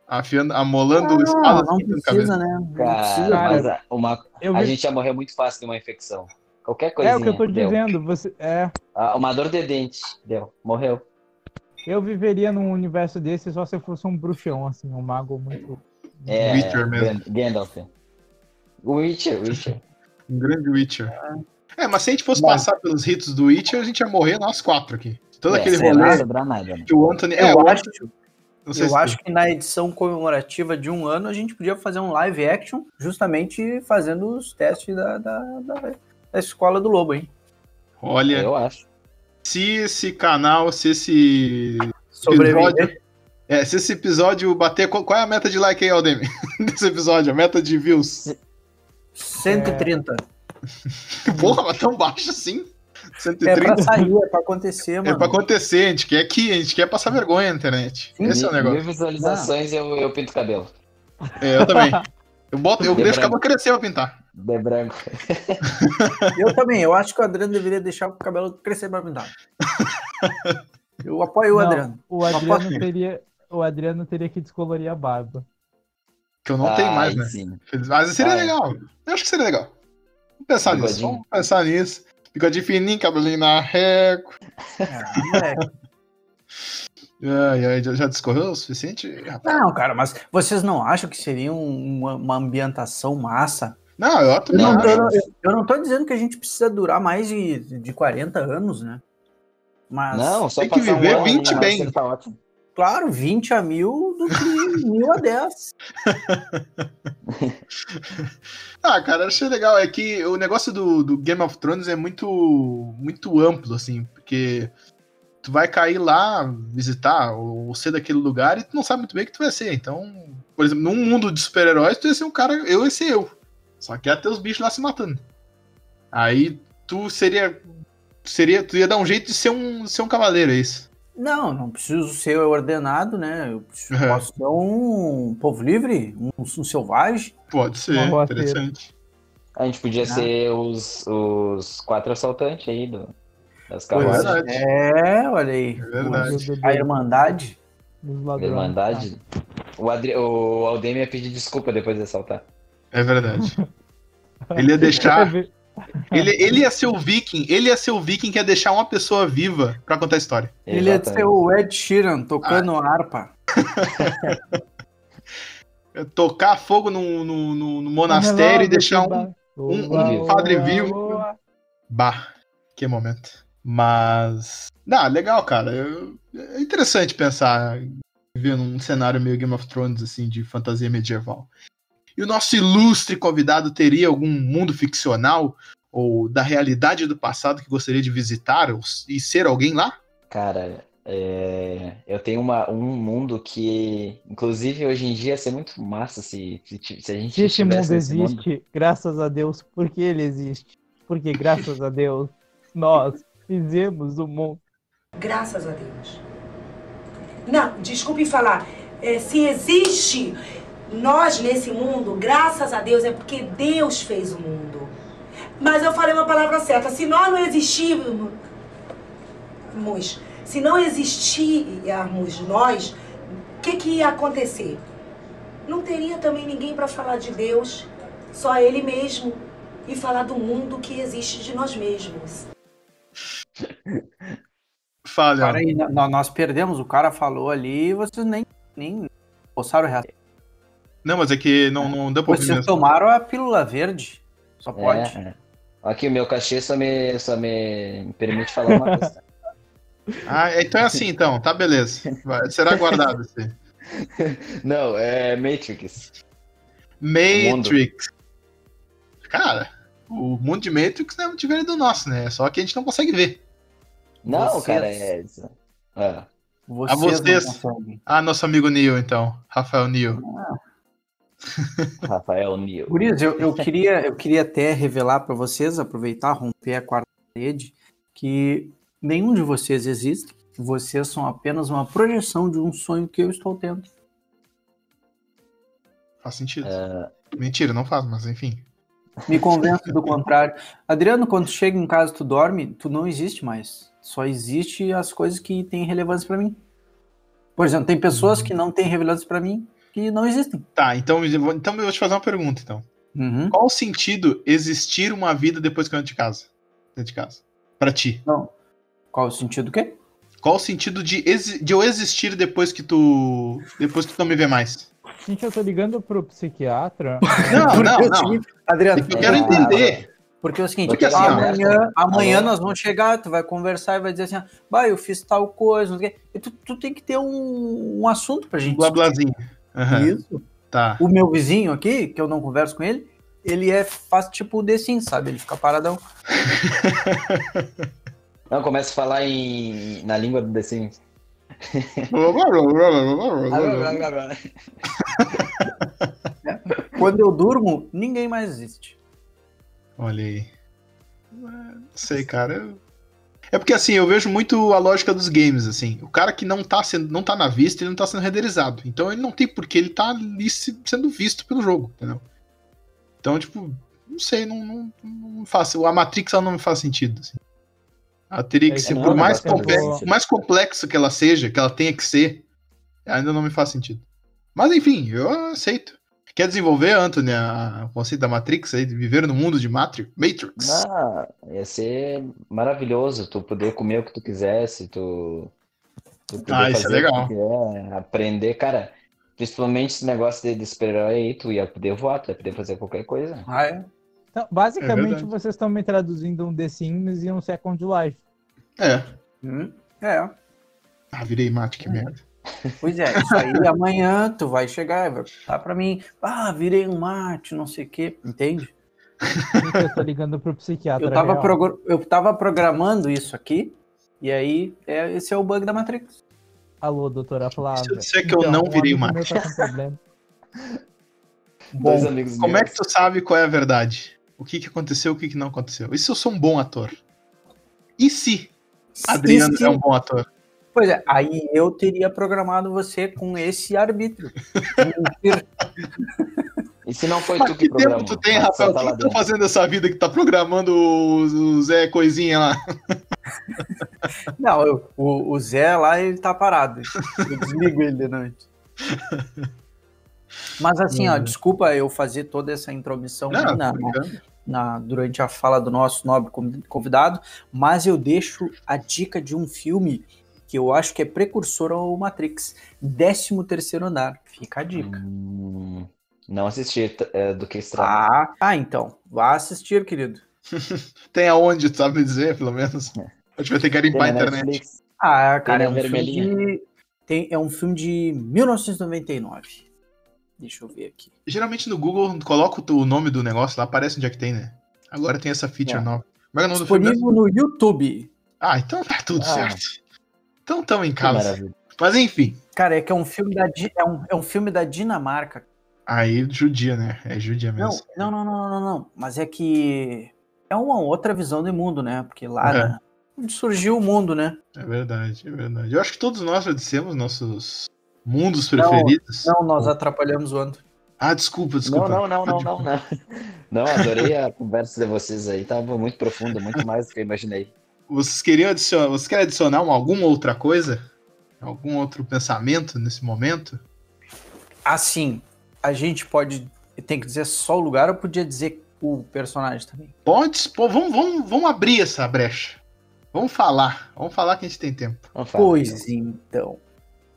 Speaker 4: Afiando, amolando o
Speaker 6: É. Ah, Não,
Speaker 4: espada.
Speaker 6: não
Speaker 4: afiando cabeça.
Speaker 6: precisa, né? Não
Speaker 5: Cara,
Speaker 6: precisa.
Speaker 5: mas a- uma,
Speaker 2: Eu
Speaker 5: a
Speaker 2: vi-
Speaker 5: gente ia morrer muito fácil de uma infecção. Qualquer coisinha.
Speaker 2: é o que eu tô
Speaker 5: deu.
Speaker 2: dizendo. Você, é,
Speaker 5: Ah, Uma dor de dente. Deu. Morreu.
Speaker 2: eu viveria num universo desse só se eu fosse um bruxão, assim, um mago muito. né?
Speaker 5: É,
Speaker 4: Witcher mesmo.
Speaker 5: Gan- Gandalf. Witcher, Witcher.
Speaker 4: Um grande Witcher. É, mas se a gente fosse
Speaker 6: Bom.
Speaker 4: passar pelos ritos do Witcher, a gente ia morrer nós quatro aqui. Todo
Speaker 5: É,
Speaker 4: aquele
Speaker 5: sem
Speaker 4: rolê
Speaker 5: sobrar nada, né?
Speaker 4: que o Anthony. É,
Speaker 6: Eu
Speaker 4: o-
Speaker 6: acho,
Speaker 4: não sei
Speaker 6: eu
Speaker 4: se-
Speaker 6: acho que na edição comemorativa de um ano a gente podia fazer um live action justamente fazendo os testes da, da, da- da escola do lobo, hein?
Speaker 4: Olha,
Speaker 5: Eu acho.
Speaker 4: se esse canal, se esse
Speaker 6: Sobreviver.
Speaker 4: episódio. É, se esse episódio bater. Qual qual é a meta de like aí, Aldemir? Desse episódio, a meta de views.
Speaker 6: 130.
Speaker 4: Porra, mas tão baixo assim.
Speaker 6: É, pra
Speaker 4: 130.
Speaker 6: sair, é pra acontecer,
Speaker 4: É,
Speaker 6: mano.
Speaker 4: pra acontecer, a gente quer que a gente quer passar vergonha na internet. Esse é o
Speaker 5: Mil-
Speaker 4: negócio.
Speaker 5: Mil visualizações eu, eu pinto o cabelo.
Speaker 4: É, eu também. Eu, boto, eu
Speaker 5: De
Speaker 4: deixo o
Speaker 5: branco.
Speaker 4: cabelo crescer pra pintar.
Speaker 5: De branco.
Speaker 6: Eu também, eu acho que o Adriano deveria deixar o cabelo crescer pra pintar. Eu apoio o
Speaker 2: Não,
Speaker 6: Adriano.
Speaker 2: O
Speaker 6: Só
Speaker 2: Adriano
Speaker 6: pode-
Speaker 2: teria. O Adriano teria que descolorir a barba.
Speaker 4: Que eu não
Speaker 5: Ah,
Speaker 4: tenho mais, né?
Speaker 5: Sim.
Speaker 4: Feliz- Mas seria
Speaker 5: Ah, é.
Speaker 4: legal. Eu acho que seria legal. Vamos pensar nisso.
Speaker 5: Bigodinho.
Speaker 4: Vamos pensar nisso. Bigodinho fininho, cabelinho na régua.
Speaker 6: Ah, moleque.
Speaker 4: Ai, ai, já, já discorreu o suficiente? rapaz?
Speaker 6: Não, cara, mas vocês não acham que seria um- uma- uma ambientação massa?
Speaker 4: Não, eu também
Speaker 6: Não,
Speaker 5: Não,
Speaker 4: acho.
Speaker 6: eu, não, eu- eu não tô dizendo que a gente precisa durar mais de, de 40 anos, né? Mas,
Speaker 5: Não, só
Speaker 4: Tem que
Speaker 5: passar um
Speaker 4: viver
Speaker 5: ano,
Speaker 4: 20
Speaker 5: né?
Speaker 4: bem.
Speaker 5: Tá ótimo.
Speaker 6: claro, 20 a mil do que mil a 10.
Speaker 4: Ah, cara, eu achei legal. É que o negócio do, do Game of Thrones é muito, muito amplo, assim, porque tu vai cair lá, visitar ou, ou ser daquele lugar e tu não sabe muito bem o que tu vai ser. Então, por exemplo, num mundo de super-heróis, tu ia ser um cara, eu ia ser eu. Só que ia ter os bichos lá se matando. Aí tu seria. seria tu ia dar um jeito de ser um, ser um cavaleiro, é isso.
Speaker 6: Não, não preciso ser ordenado, né? Eu preciso-
Speaker 4: Uhum.
Speaker 6: posso ser um povo livre, um, um selvagem.
Speaker 4: Pode ser,
Speaker 2: Uma roteira.
Speaker 4: interessante.
Speaker 5: A gente podia
Speaker 2: Ah.
Speaker 5: ser os, os quatro assaltantes aí do, das
Speaker 4: é
Speaker 5: carruagens.
Speaker 4: verdade.
Speaker 6: É, olha aí.
Speaker 4: É verdade.
Speaker 6: A Irmandade.
Speaker 2: Dos
Speaker 5: da
Speaker 2: ladrões. tá?
Speaker 5: Irmandade. O, Adri... o Aldemir ia pedir desculpa depois de assaltar.
Speaker 4: É verdade. Ele ia deixar. Ele, ele ia ser o viking. Ele ia ser o viking que ia deixar uma pessoa viva pra contar a história.
Speaker 6: Ele é de ser
Speaker 5: Exatamente.
Speaker 6: o Ed Sheeran tocando
Speaker 4: Ah.
Speaker 6: harpa.
Speaker 4: É Tocar fogo num, num- num- num monastério e deixar um. um- um padre vivo. Bah, que momento. Mas. Ah, legal, cara. Eu- É interessante pensar vivendo um cenário meio Game of Thrones, assim, de fantasia medieval. E o nosso ilustre convidado teria algum mundo ficcional ou da realidade do passado que gostaria de visitar ou, s- e ser alguém lá?
Speaker 5: Cara, é, eu tenho uma, um mundo que, inclusive, hoje em dia ia ser muito massa se, se, ti- se a gente
Speaker 2: Se este mundo
Speaker 5: estivesse nesse mundo.
Speaker 2: existe, graças a Deus, porque ele existe. Porque graças a Deus, nós fizemos o mundo.
Speaker 7: Graças a Deus. Não, desculpe falar. É, se existe nós nesse mundo, graças a Deus, é porque Deus fez o mundo. Mas eu falei uma palavra certa. Se nós não existirmos, se não existirmos nós, o que, que ia acontecer? Não teria também ninguém para falar de Deus, só Ele mesmo, e falar do mundo que existe de nós mesmos.
Speaker 4: Fala,
Speaker 6: Cara, aí, nó- nó- nós perdemos. O cara falou ali e vocês nem, nem forçaram a reação.
Speaker 4: Não, mas é que não, não deu pra ouvir
Speaker 6: Vocês
Speaker 4: mesmo.
Speaker 6: tomaram a pílula verde. Só
Speaker 5: É,
Speaker 6: pode.
Speaker 5: é. Aqui, o meu cachê só me, só me permite falar uma coisa.
Speaker 4: Ah, então é assim, então. Tá, beleza. Vai, será guardado. Assim.
Speaker 5: Não, é Matrix.
Speaker 4: Matrix. Cara, o mundo de Matrix não é muito diferente do nosso, né? Só que a gente não consegue ver.
Speaker 5: Não,
Speaker 6: Vocês-
Speaker 5: cara, é isso. É.
Speaker 6: Vocês,
Speaker 4: vocês.
Speaker 6: não conseguem.
Speaker 4: Ah, nosso amigo Neil, então. Rafael Neil.
Speaker 5: Rafael Neal.
Speaker 6: Guriz, eu, eu queria, eu queria até revelar para vocês, aproveitar, romper a quarta parede, que nenhum de vocês existe. Vocês são apenas uma projeção de um sonho que eu estou tendo.
Speaker 4: Faz sentido. Mentira, não faz, mas enfim.
Speaker 6: Me convenço do contrário. Adriano, quando tu chega em casa, tu dorme, tu não existe mais. Só existe as coisas que têm relevância pra mim. Por exemplo, tem pessoas que não têm relevância pra mim que não existem.
Speaker 4: Tá, então, então eu vou te fazer uma pergunta, então.
Speaker 6: Uhum.
Speaker 4: Qual o sentido existir uma vida depois que eu ando de casa? Dentro de casa. Pra ti.
Speaker 6: Qual o sentido do quê?
Speaker 4: Qual o sentido de, exi- de eu existir depois que tu. Depois que tu não me vê mais?
Speaker 2: Gente, eu tô ligando pro psiquiatra.
Speaker 4: Não,
Speaker 6: Porque
Speaker 4: não,
Speaker 6: é o
Speaker 4: não.
Speaker 6: seguinte- Adriano,
Speaker 4: Eu quero
Speaker 5: Ah,
Speaker 4: entender.
Speaker 6: porque é o seguinte,
Speaker 5: Porque assim, ó.
Speaker 4: tá
Speaker 6: amanhã, amanhã
Speaker 5: Alô?
Speaker 6: nós vamos chegar, tu vai conversar e vai dizer assim, ah, bah, eu fiz tal coisa, não sei o quê. E tu, tu tem que ter um, um assunto pra gente
Speaker 4: Blá blazinho. Aham,
Speaker 6: Isso.
Speaker 4: tá.
Speaker 6: O meu vizinho aqui, que eu não converso com ele, ele é faz tipo o The Sims, sabe? Ele fica paradão.
Speaker 5: Não, começa a falar em, na língua do The Sims.
Speaker 6: Quando eu durmo, ninguém mais existe.
Speaker 4: Olha aí. Não sei, cara. Eu- É porque assim, eu vejo muito a lógica dos games, assim. O cara que não tá sendo, não tá na vista, ele não tá sendo renderizado. Então ele não tem porquê, ele tá ali se- sendo visto pelo jogo, entendeu? Então, tipo, não sei, não, não, não faz. A Matrix ela não me faz sentido, assim. Ela teria que
Speaker 2: É,
Speaker 4: ser,
Speaker 5: não,
Speaker 4: por
Speaker 5: ela
Speaker 4: mais
Speaker 5: tem um
Speaker 4: complexo,
Speaker 5: bom-
Speaker 4: por mais complexo que ela seja, que ela tenha que ser, ainda não me faz sentido. Mas enfim, eu aceito. Quer desenvolver, Anthony, a- o conceito da Matrix aí, de viver no mundo de Matri- Matrix?
Speaker 5: Ah, ia ser maravilhoso tu poder comer o que tu quisesse, tu, tu poder
Speaker 4: Ah, isso é
Speaker 5: fazer o que
Speaker 4: legal.
Speaker 5: tu quiser, aprender, cara. Principalmente esse negócio de, de super-herói aí, tu ia poder voar, tu ia poder fazer qualquer coisa.
Speaker 6: Ah, é?
Speaker 2: Então,
Speaker 4: É
Speaker 2: basicamente,
Speaker 4: verdade.
Speaker 2: vocês estão me traduzindo um The Sims e um Second Life.
Speaker 4: É.
Speaker 6: Hum, é.
Speaker 4: Ah, virei mate, que merda.
Speaker 6: Pois é, isso aí amanhã tu vai chegar e vai falar pra mim, ah, virei um mate, não sei o quê, entende?
Speaker 2: Gente, eu tô ligando pro psiquiatra.
Speaker 6: Eu tava,
Speaker 2: real.
Speaker 6: progr- eu tava programando isso aqui, e aí é, esse é o bug da Matrix.
Speaker 2: Alô, doutora Flávia.
Speaker 4: Se eu disser que eu não
Speaker 2: um
Speaker 4: virei
Speaker 2: amigo
Speaker 4: mate.
Speaker 2: meu tá com problema.
Speaker 5: Dois amigos
Speaker 4: Como é
Speaker 5: meus.
Speaker 4: que tu sabe qual é a verdade? O que, que aconteceu, o que, que não aconteceu? E se eu sou um bom ator? E se Adriano
Speaker 6: E se-
Speaker 4: é um bom ator?
Speaker 6: Pois é, aí eu teria programado você com esse arbítrio.
Speaker 5: E se não foi
Speaker 4: Mas
Speaker 5: tu
Speaker 4: que
Speaker 5: que
Speaker 4: tempo
Speaker 5: programou?
Speaker 4: tu tem,
Speaker 5: Só
Speaker 4: Rafael?
Speaker 5: tá lá
Speaker 4: Quem tá
Speaker 5: dentro.
Speaker 4: fazendo essa vida que tá programando o o Zé Coisinha lá?
Speaker 6: Não, eu- o, o Zé lá, ele tá parado. Eu desligo ele de noite. Mas assim, ó, desculpa eu fazer toda essa intromissão
Speaker 4: Não,
Speaker 6: na-
Speaker 4: tô brincando.
Speaker 6: na- durante a fala do nosso nobre con- convidado, mas eu deixo a dica de um filme que eu acho que é precursor ao Matrix, 13 terceiro andar. Fica a dica.
Speaker 5: Hum, Não assisti t- é, do que se trata.
Speaker 6: Ah, ah, então, vá assistir, querido.
Speaker 4: Tem aonde, tu sabe me dizer, pelo menos? A gente vai ter que
Speaker 5: É. Tem né?
Speaker 4: limpar a
Speaker 5: na
Speaker 4: internet.
Speaker 5: Netflix.
Speaker 6: Ah, cara, é
Speaker 5: na
Speaker 6: um, filme de, tem- é um filme de 1999. Deixa eu ver aqui.
Speaker 4: Geralmente no Google, coloca o teu- o nome do negócio lá, aparece onde é que tem, né? Agora tem essa feature
Speaker 5: É.
Speaker 4: nova. Como é que é o nome do filme mesmo?
Speaker 6: Disponível no YouTube.
Speaker 4: Ah, então tá tudo
Speaker 5: Ah.
Speaker 4: certo. Então tamo em
Speaker 5: Que
Speaker 4: casa.
Speaker 5: maravilha.
Speaker 4: Mas enfim,
Speaker 6: Cara, é que é um filme da, Di- é um, é um filme da Dinamarca.
Speaker 4: aí judia, né? É judia
Speaker 6: Não,
Speaker 4: mesmo.
Speaker 6: não, não, não, não, não. Mas é que é uma outra visão do mundo, né? Porque lá
Speaker 4: É.
Speaker 6: né, onde surgiu o mundo, né?
Speaker 4: É verdade, é verdade. Eu acho que todos nós já dissemos nossos mundos preferidos.
Speaker 6: Não, nós atrapalhamos o ano.
Speaker 4: Ah, desculpa, desculpa.
Speaker 5: Não, não, não, não, não, não. Não, adorei a conversa de vocês aí. Tava muito profunda, muito mais do que eu imaginei.
Speaker 4: Vocês queriam adicionar, vocês querem adicionar uma- alguma outra coisa? Algum outro pensamento nesse momento?
Speaker 6: Assim, a gente pode. Tem que dizer só o lugar ou podia dizer o personagem também?
Speaker 4: Pode, pô, vamos, vamos, vamos abrir essa brecha. Vamos falar, vamos falar que a gente tem tempo.
Speaker 5: Não fala, então.
Speaker 6: Pois então.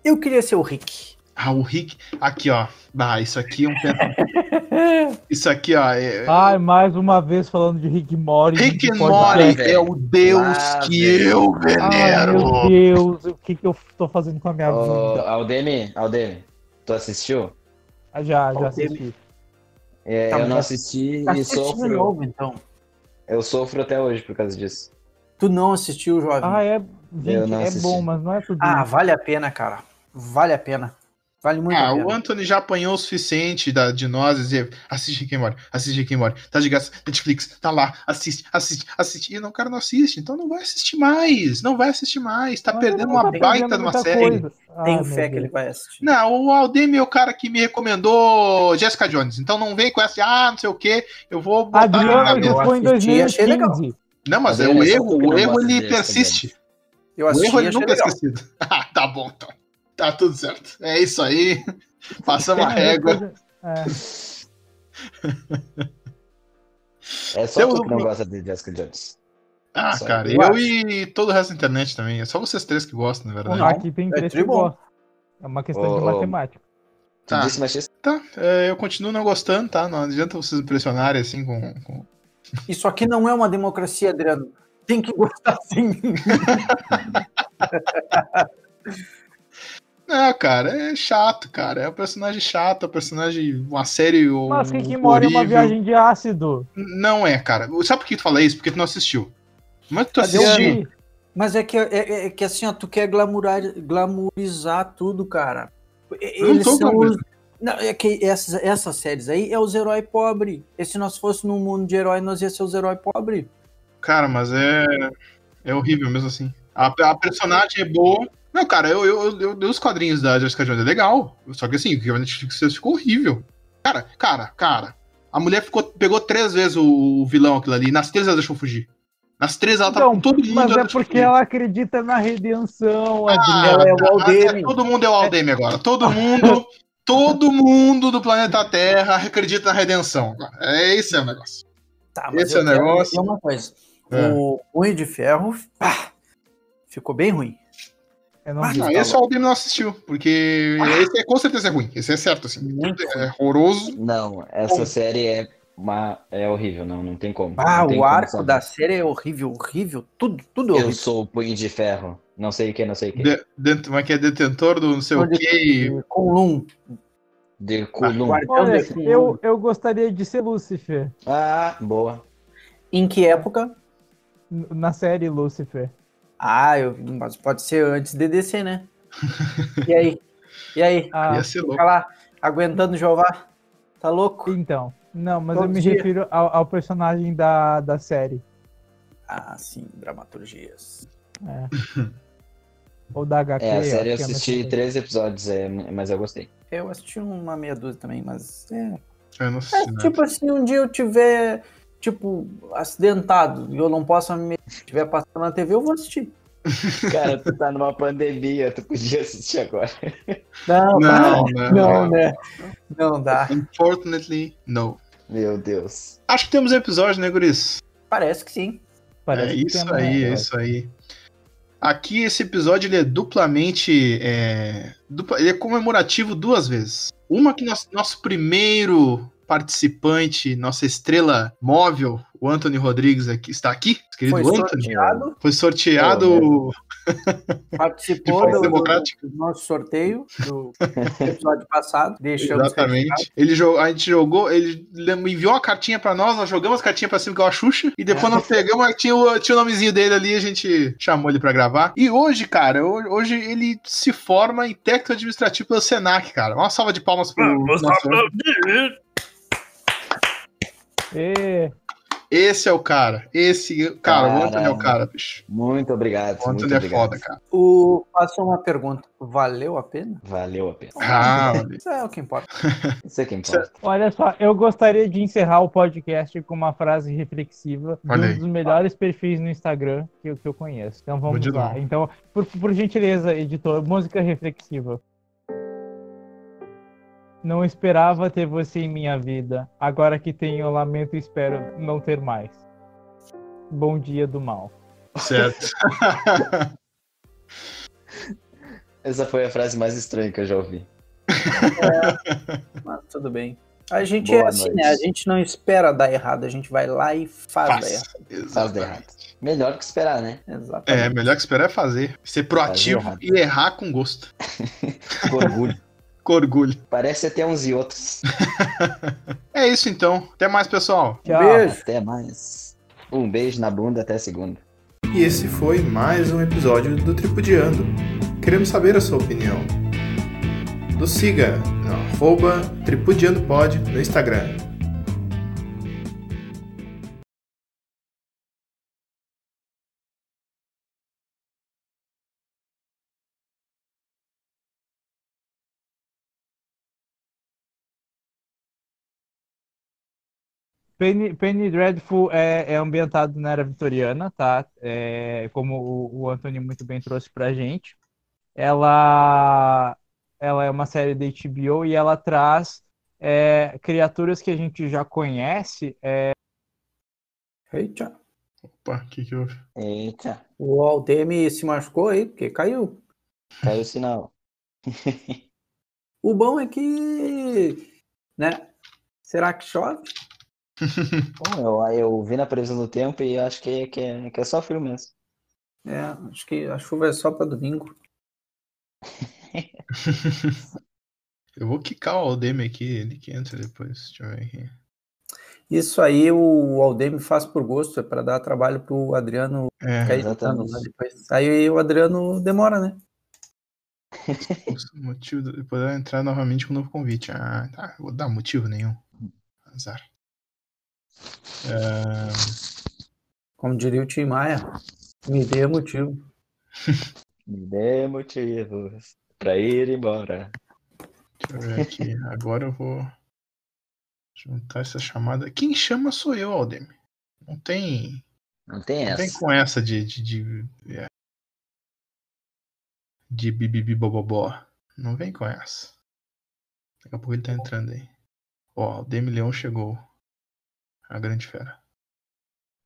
Speaker 6: Eu queria ser o Rick.
Speaker 4: Ah, o Rick, aqui ó, bah, isso aqui é um pen- isso aqui ó, é-
Speaker 2: Ai, mais uma vez falando de Rick Mori.
Speaker 4: Rick and
Speaker 2: Ah, Pode-
Speaker 4: Morty
Speaker 5: velho.
Speaker 4: é o deus
Speaker 5: Lá,
Speaker 4: que
Speaker 5: velho.
Speaker 4: eu
Speaker 2: Ai,
Speaker 4: venero.
Speaker 2: meu Deus, o que, que eu tô fazendo com a minha
Speaker 4: Oh.
Speaker 5: Ô,
Speaker 2: vida?
Speaker 5: Aldemir, Aldemir, tu assistiu?
Speaker 2: Ah, Já, já
Speaker 6: Ó,
Speaker 2: assisti.
Speaker 5: É,
Speaker 6: Tá,
Speaker 5: eu
Speaker 6: mas
Speaker 5: não
Speaker 6: já-
Speaker 5: assisti e
Speaker 6: Assiste de
Speaker 5: sofro.
Speaker 6: novo, então.
Speaker 5: Eu sofro até hoje por causa disso.
Speaker 6: Tu não assistiu, jovem.
Speaker 2: Ah, é.
Speaker 5: Eu
Speaker 2: Gente,
Speaker 5: não
Speaker 2: é
Speaker 5: assisti.
Speaker 2: bom, mas não é tudo.
Speaker 6: Ah, vale a pena, cara. Vale a pena. Vale muito
Speaker 4: Ah,
Speaker 6: a
Speaker 4: o
Speaker 6: pena.
Speaker 4: Anthony já apanhou o suficiente da, de nós dizer, assiste Rick and Morty, assiste Rick and Morty, tá de graça, Netflix, tá lá, assiste, assiste, assiste. E não, o cara não assiste, então não vai assistir mais, não vai assistir mais, tá
Speaker 2: Mas ele
Speaker 4: perdendo
Speaker 2: não
Speaker 4: uma
Speaker 2: tá
Speaker 4: baita
Speaker 2: perdendo
Speaker 4: numa
Speaker 2: muita
Speaker 4: série.
Speaker 2: coisa. Ah,
Speaker 6: Tenho
Speaker 2: meu
Speaker 6: fé que
Speaker 2: Deus.
Speaker 6: ele vai assistir.
Speaker 4: Não, o Aldemir é o cara que me recomendou Jessica Jones, então não vem com essa, de, ah, não sei o que, eu vou botar na
Speaker 2: Adriano,
Speaker 4: cabeça.
Speaker 2: isso foi em
Speaker 6: assisti e achei legal.
Speaker 2: 2015.
Speaker 4: Não, mas é
Speaker 5: Adriano,
Speaker 4: o
Speaker 5: é só
Speaker 4: erro,
Speaker 5: tu que
Speaker 4: o
Speaker 5: não
Speaker 4: erro
Speaker 5: gosta de
Speaker 4: ele
Speaker 5: Jessica
Speaker 4: persiste,
Speaker 6: Eu
Speaker 4: o
Speaker 6: assisti
Speaker 4: erro
Speaker 6: e
Speaker 4: ele
Speaker 6: achei
Speaker 4: nunca é
Speaker 6: legal.
Speaker 4: esquecido. Ah, tá bom, então. tá tudo certo, é isso aí, passamos a
Speaker 2: Tem a
Speaker 4: régua.
Speaker 2: coisa- é.
Speaker 5: É só
Speaker 4: Temos
Speaker 5: tu que não
Speaker 4: um-
Speaker 5: gosta de Jessica Jones.
Speaker 4: Ah,
Speaker 5: Só
Speaker 4: cara,
Speaker 5: eu
Speaker 4: eu, e todo o resto da internet também. É só vocês três que gostam, na verdade.
Speaker 6: Não,
Speaker 2: Aqui tem três que
Speaker 6: tribom.
Speaker 2: gostam. É uma questão de
Speaker 5: Ô, ô.
Speaker 2: matemática.
Speaker 5: Tu
Speaker 4: Tá.
Speaker 5: disse machista?
Speaker 4: Tá, é, eu continuo não gostando, tá? Não adianta vocês me pressionarem assim com. com-
Speaker 6: Isso aqui não é uma democracia, Adriano. Tem que gostar sim.
Speaker 4: É, cara, é chato, cara. É um personagem chato, é um personagem. Uma série. ou
Speaker 2: Mas Rick Mori é uma viagem de ácido.
Speaker 4: Não é, cara. Sabe por que tu fala isso? Porque tu não assistiu. Mas é um tu
Speaker 6: Cadê
Speaker 2: Eu
Speaker 4: assistiu.
Speaker 2: vi.
Speaker 6: Mas é que, é, é- é que assim, ó, tu quer glamurar, glamourizar tudo, cara. E-
Speaker 4: Eu não
Speaker 6: Eles
Speaker 4: tô
Speaker 6: são os...
Speaker 4: glamourizando.
Speaker 6: Não, é que essas, essas séries aí é os heróis pobres. E se nós fôssemos num mundo de herói, nós ia ser os heróis pobres.
Speaker 4: Cara, mas é. É horrível mesmo assim. A, a personagem é boa. Não, cara, eu, eu, eu, eu dei os quadrinhos da Jessica Jones, é legal. Só que assim, o que a Netflix fez ficou horrível. Cara, cara, cara. A mulher ficou, pegou três vezes o, o vilão aquilo ali. e Nas três ela deixou fugir. Nas três ela tá
Speaker 2: Então,
Speaker 4: todo mundo.
Speaker 2: Mas
Speaker 4: ela
Speaker 2: é
Speaker 4: deixou
Speaker 2: porque
Speaker 4: fugir.
Speaker 2: ela acredita na redenção, Adriano.
Speaker 6: Ela é o
Speaker 4: Ah, é,
Speaker 6: Aldemir.
Speaker 4: todo mundo é o Aldemir agora. Todo mundo. Todo mundo do planeta Terra acredita na redenção. agora. É esse é o negócio.
Speaker 6: Tá,
Speaker 4: Esse é o
Speaker 6: eu quero
Speaker 4: negócio.
Speaker 6: dizer uma coisa.
Speaker 4: É.
Speaker 6: O Punho de Ferro, pá, ficou bem ruim.
Speaker 2: Eu não
Speaker 6: Ah,
Speaker 2: vi.
Speaker 4: Não, esse o Aldemir não assistiu, porque esse é, com certeza é ruim. Esse é certo, assim.
Speaker 6: Muito
Speaker 4: É horroroso.
Speaker 5: Não, essa série é, uma... é horrível, não, não tem como.
Speaker 6: Ah,
Speaker 5: Não tem
Speaker 6: o
Speaker 5: como
Speaker 6: arco
Speaker 5: salvar.
Speaker 6: da é série é horrível, horrível. Tudo, tudo
Speaker 5: Eu
Speaker 6: horrível.
Speaker 5: sou o punho de ferro. Não sei o que, não sei o que.
Speaker 4: De, dentro- como é que é detentor do não sei o
Speaker 6: Onde-
Speaker 4: quê.
Speaker 6: Com Lum.
Speaker 5: De Kulum.
Speaker 6: Guardião
Speaker 2: Olha,
Speaker 6: de Kulum.
Speaker 2: eu, eu gostaria de ser Lúcifer
Speaker 5: Ah, boa.
Speaker 6: Em que época?
Speaker 2: n- na série Lúcifer.
Speaker 6: Ah, eu, mas pode ser antes de descer, né? E aí? E aí?
Speaker 2: Ah,
Speaker 4: Ia ser louco.
Speaker 6: Fica lá, aguentando Jeová? Tá louco?
Speaker 2: então. Não, mas
Speaker 6: Todo
Speaker 2: eu me
Speaker 6: dia.
Speaker 2: refiro ao, ao personagem da, da série.
Speaker 6: Ah, sim, dramaturgias.
Speaker 2: Ou da HQ.
Speaker 5: É, a
Speaker 2: acho
Speaker 5: série eu
Speaker 2: que mais
Speaker 5: assisti
Speaker 2: recente.
Speaker 5: três episódios, é, mas eu gostei.
Speaker 6: Eu assisti uma meia dúzia também, mas. É,
Speaker 4: Eu não sei. né?
Speaker 6: É,
Speaker 4: nada.
Speaker 6: tipo assim, um dia eu tiver, tipo, acidentado e eu não posso me tiver passando na TV, eu vou assistir.
Speaker 5: Cara, tu tá numa pandemia, tu podia assistir agora.
Speaker 4: Não,
Speaker 6: Não,
Speaker 4: não,
Speaker 6: não,
Speaker 4: não.
Speaker 6: né? Não dá.
Speaker 4: Unfortunately, no.
Speaker 5: Meu Deus.
Speaker 4: Acho que temos episódio, né, Guris?
Speaker 6: Parece que sim.
Speaker 2: Parece
Speaker 4: é
Speaker 2: que
Speaker 4: isso
Speaker 2: tem uma-
Speaker 4: aí, é isso aí. Aqui esse episódio ele é duplamente. é, dupla- ele é comemorativo duas vezes. Uma que nosso, nosso primeiro participante, nossa estrela móvel, o Anthony Rodrigues, aqui, está aqui, nosso querido
Speaker 6: Foi
Speaker 4: Anthony.
Speaker 6: sorteado,
Speaker 4: Foi sorteado de
Speaker 6: participou
Speaker 4: forma
Speaker 6: do,
Speaker 4: democrática.
Speaker 6: do nosso sorteio do episódio passado. Deixamos registrado.
Speaker 4: Exatamente. Ele jogou, a gente jogou, ele lem- enviou uma cartinha pra nós, nós jogamos a cartinha pra cima que é uma Xuxa, e depois nós pegamos, aí tinha o, tinha o nomezinho dele ali, a gente chamou ele pra gravar. E hoje, cara, ho- hoje ele se forma em técnico administrativo pelo Senac, cara. Uma salva de palmas pro nosso...
Speaker 2: É,
Speaker 4: Esse é o cara. Esse, cara, o Antônio é o
Speaker 5: Caramba.
Speaker 4: cara, bicho.
Speaker 5: Muito obrigado.
Speaker 4: O
Speaker 5: Muito
Speaker 4: Antônio é
Speaker 5: obrigado.
Speaker 4: foda, cara.
Speaker 6: O, faço uma pergunta. Valeu a pena?
Speaker 5: Valeu a pena.
Speaker 4: Ah, olha.
Speaker 6: Isso é o que importa.
Speaker 5: Isso é que importa.
Speaker 2: Olha só, eu gostaria de encerrar o podcast com uma frase reflexiva de
Speaker 4: Olha aí.
Speaker 2: um dos melhores perfis no Instagram que eu, que eu conheço. Então vamos
Speaker 4: de
Speaker 2: lá.
Speaker 4: novo.
Speaker 2: Então, por, por gentileza, editor, música reflexiva. Não esperava ter você em minha vida. Agora que tenho, lamento e espero não ter mais. Bom dia do mal.
Speaker 4: certo.
Speaker 5: Essa foi a frase mais estranha que eu já ouvi.
Speaker 6: Mas tudo bem. A gente
Speaker 5: Boa
Speaker 6: é assim,
Speaker 5: noite.
Speaker 6: né? A gente não espera dar errado, a gente vai lá e faz, dar
Speaker 4: Faz.
Speaker 6: errado.
Speaker 5: Faz de errado. Melhor que esperar, né?
Speaker 6: Exatamente.
Speaker 4: É, melhor que esperar é fazer. Ser proativo
Speaker 5: errado.
Speaker 4: e errar com gosto.
Speaker 5: Com orgulho.
Speaker 4: Com orgulho.
Speaker 5: Parece até uns e outros.
Speaker 4: É isso então. Até mais, pessoal.
Speaker 2: Tchau.
Speaker 6: Um Beijo.
Speaker 5: Até mais. Um beijo na bunda até segunda.
Speaker 1: E esse foi mais um episódio do Tripudiando. Queremos saber a sua opinião. Nos siga no arroba tripudiandopod no Instagram.
Speaker 2: Penny, Penny Dreadful é, é ambientado na era vitoriana, tá? É, como o, o Anthony muito bem trouxe pra gente. Ela, ela é uma série da HBO e ela traz é, criaturas que a gente já conhece. É,
Speaker 6: Eita.
Speaker 4: Opa, o que que houve?
Speaker 5: Eita,
Speaker 6: O Aldemir se machucou aí, porque caiu.
Speaker 5: caiu o sinal.
Speaker 6: O bom é que, né? Será que chove?
Speaker 5: Bom, eu, eu vi na previsão do tempo e acho que, que, é, que é só frio mesmo.
Speaker 6: É, acho que a chuva é só para domingo.
Speaker 4: Eu vou quicar o Aldemir aqui, ele que entra depois. Deixa eu ver aqui.
Speaker 6: Isso aí o Aldemir faz por gosto, é para dar trabalho pro Adriano
Speaker 4: É,
Speaker 6: ficar editando
Speaker 5: exatamente.
Speaker 6: lá depois. Aí o Adriano demora, né?
Speaker 4: o motivo do- depois vai entrar novamente com um novo convite. Ah, tá. Vou dar motivo nenhum. Azar.
Speaker 6: Como diria o Tim Maia. Me dê motivo.
Speaker 5: Me dê motivos pra ir embora.
Speaker 4: Deixa eu ver aqui. Agora eu vou juntar essa chamada. Quem chama sou eu, Aldemir. Não tem,
Speaker 5: Não tem
Speaker 4: não tem
Speaker 5: essa.
Speaker 4: com essa de de de, é. de bibibi bobobó. Não vem com essa. Daqui a pouco ele tá entrando aí. Ó, o Demi Leão chegou. A grande fera.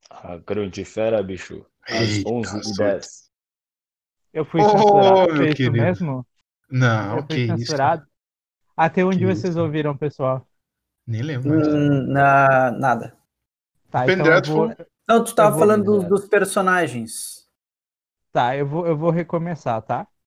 Speaker 5: A grande fera, bicho. Às
Speaker 4: Eita,
Speaker 5: 11h10.
Speaker 2: eu fui
Speaker 4: Oh, meu
Speaker 2: censurado. Foi isso
Speaker 4: querido.
Speaker 2: mesmo?
Speaker 4: Não,
Speaker 2: Eu
Speaker 4: ok,
Speaker 2: fui
Speaker 4: isso.
Speaker 2: censurado. Até onde
Speaker 4: Que
Speaker 2: vocês
Speaker 4: isso.
Speaker 2: ouviram, pessoal?
Speaker 4: Nem lembro. mais.
Speaker 6: Hum, na, nada.
Speaker 2: Tá,
Speaker 4: Ben
Speaker 2: então eu
Speaker 4: Dreadful.
Speaker 2: vou,
Speaker 6: Não, tu tava
Speaker 2: vou
Speaker 6: falando dos,
Speaker 5: lembrar.
Speaker 6: dos personagens.
Speaker 2: tá, eu vou, eu vou recomeçar, tá?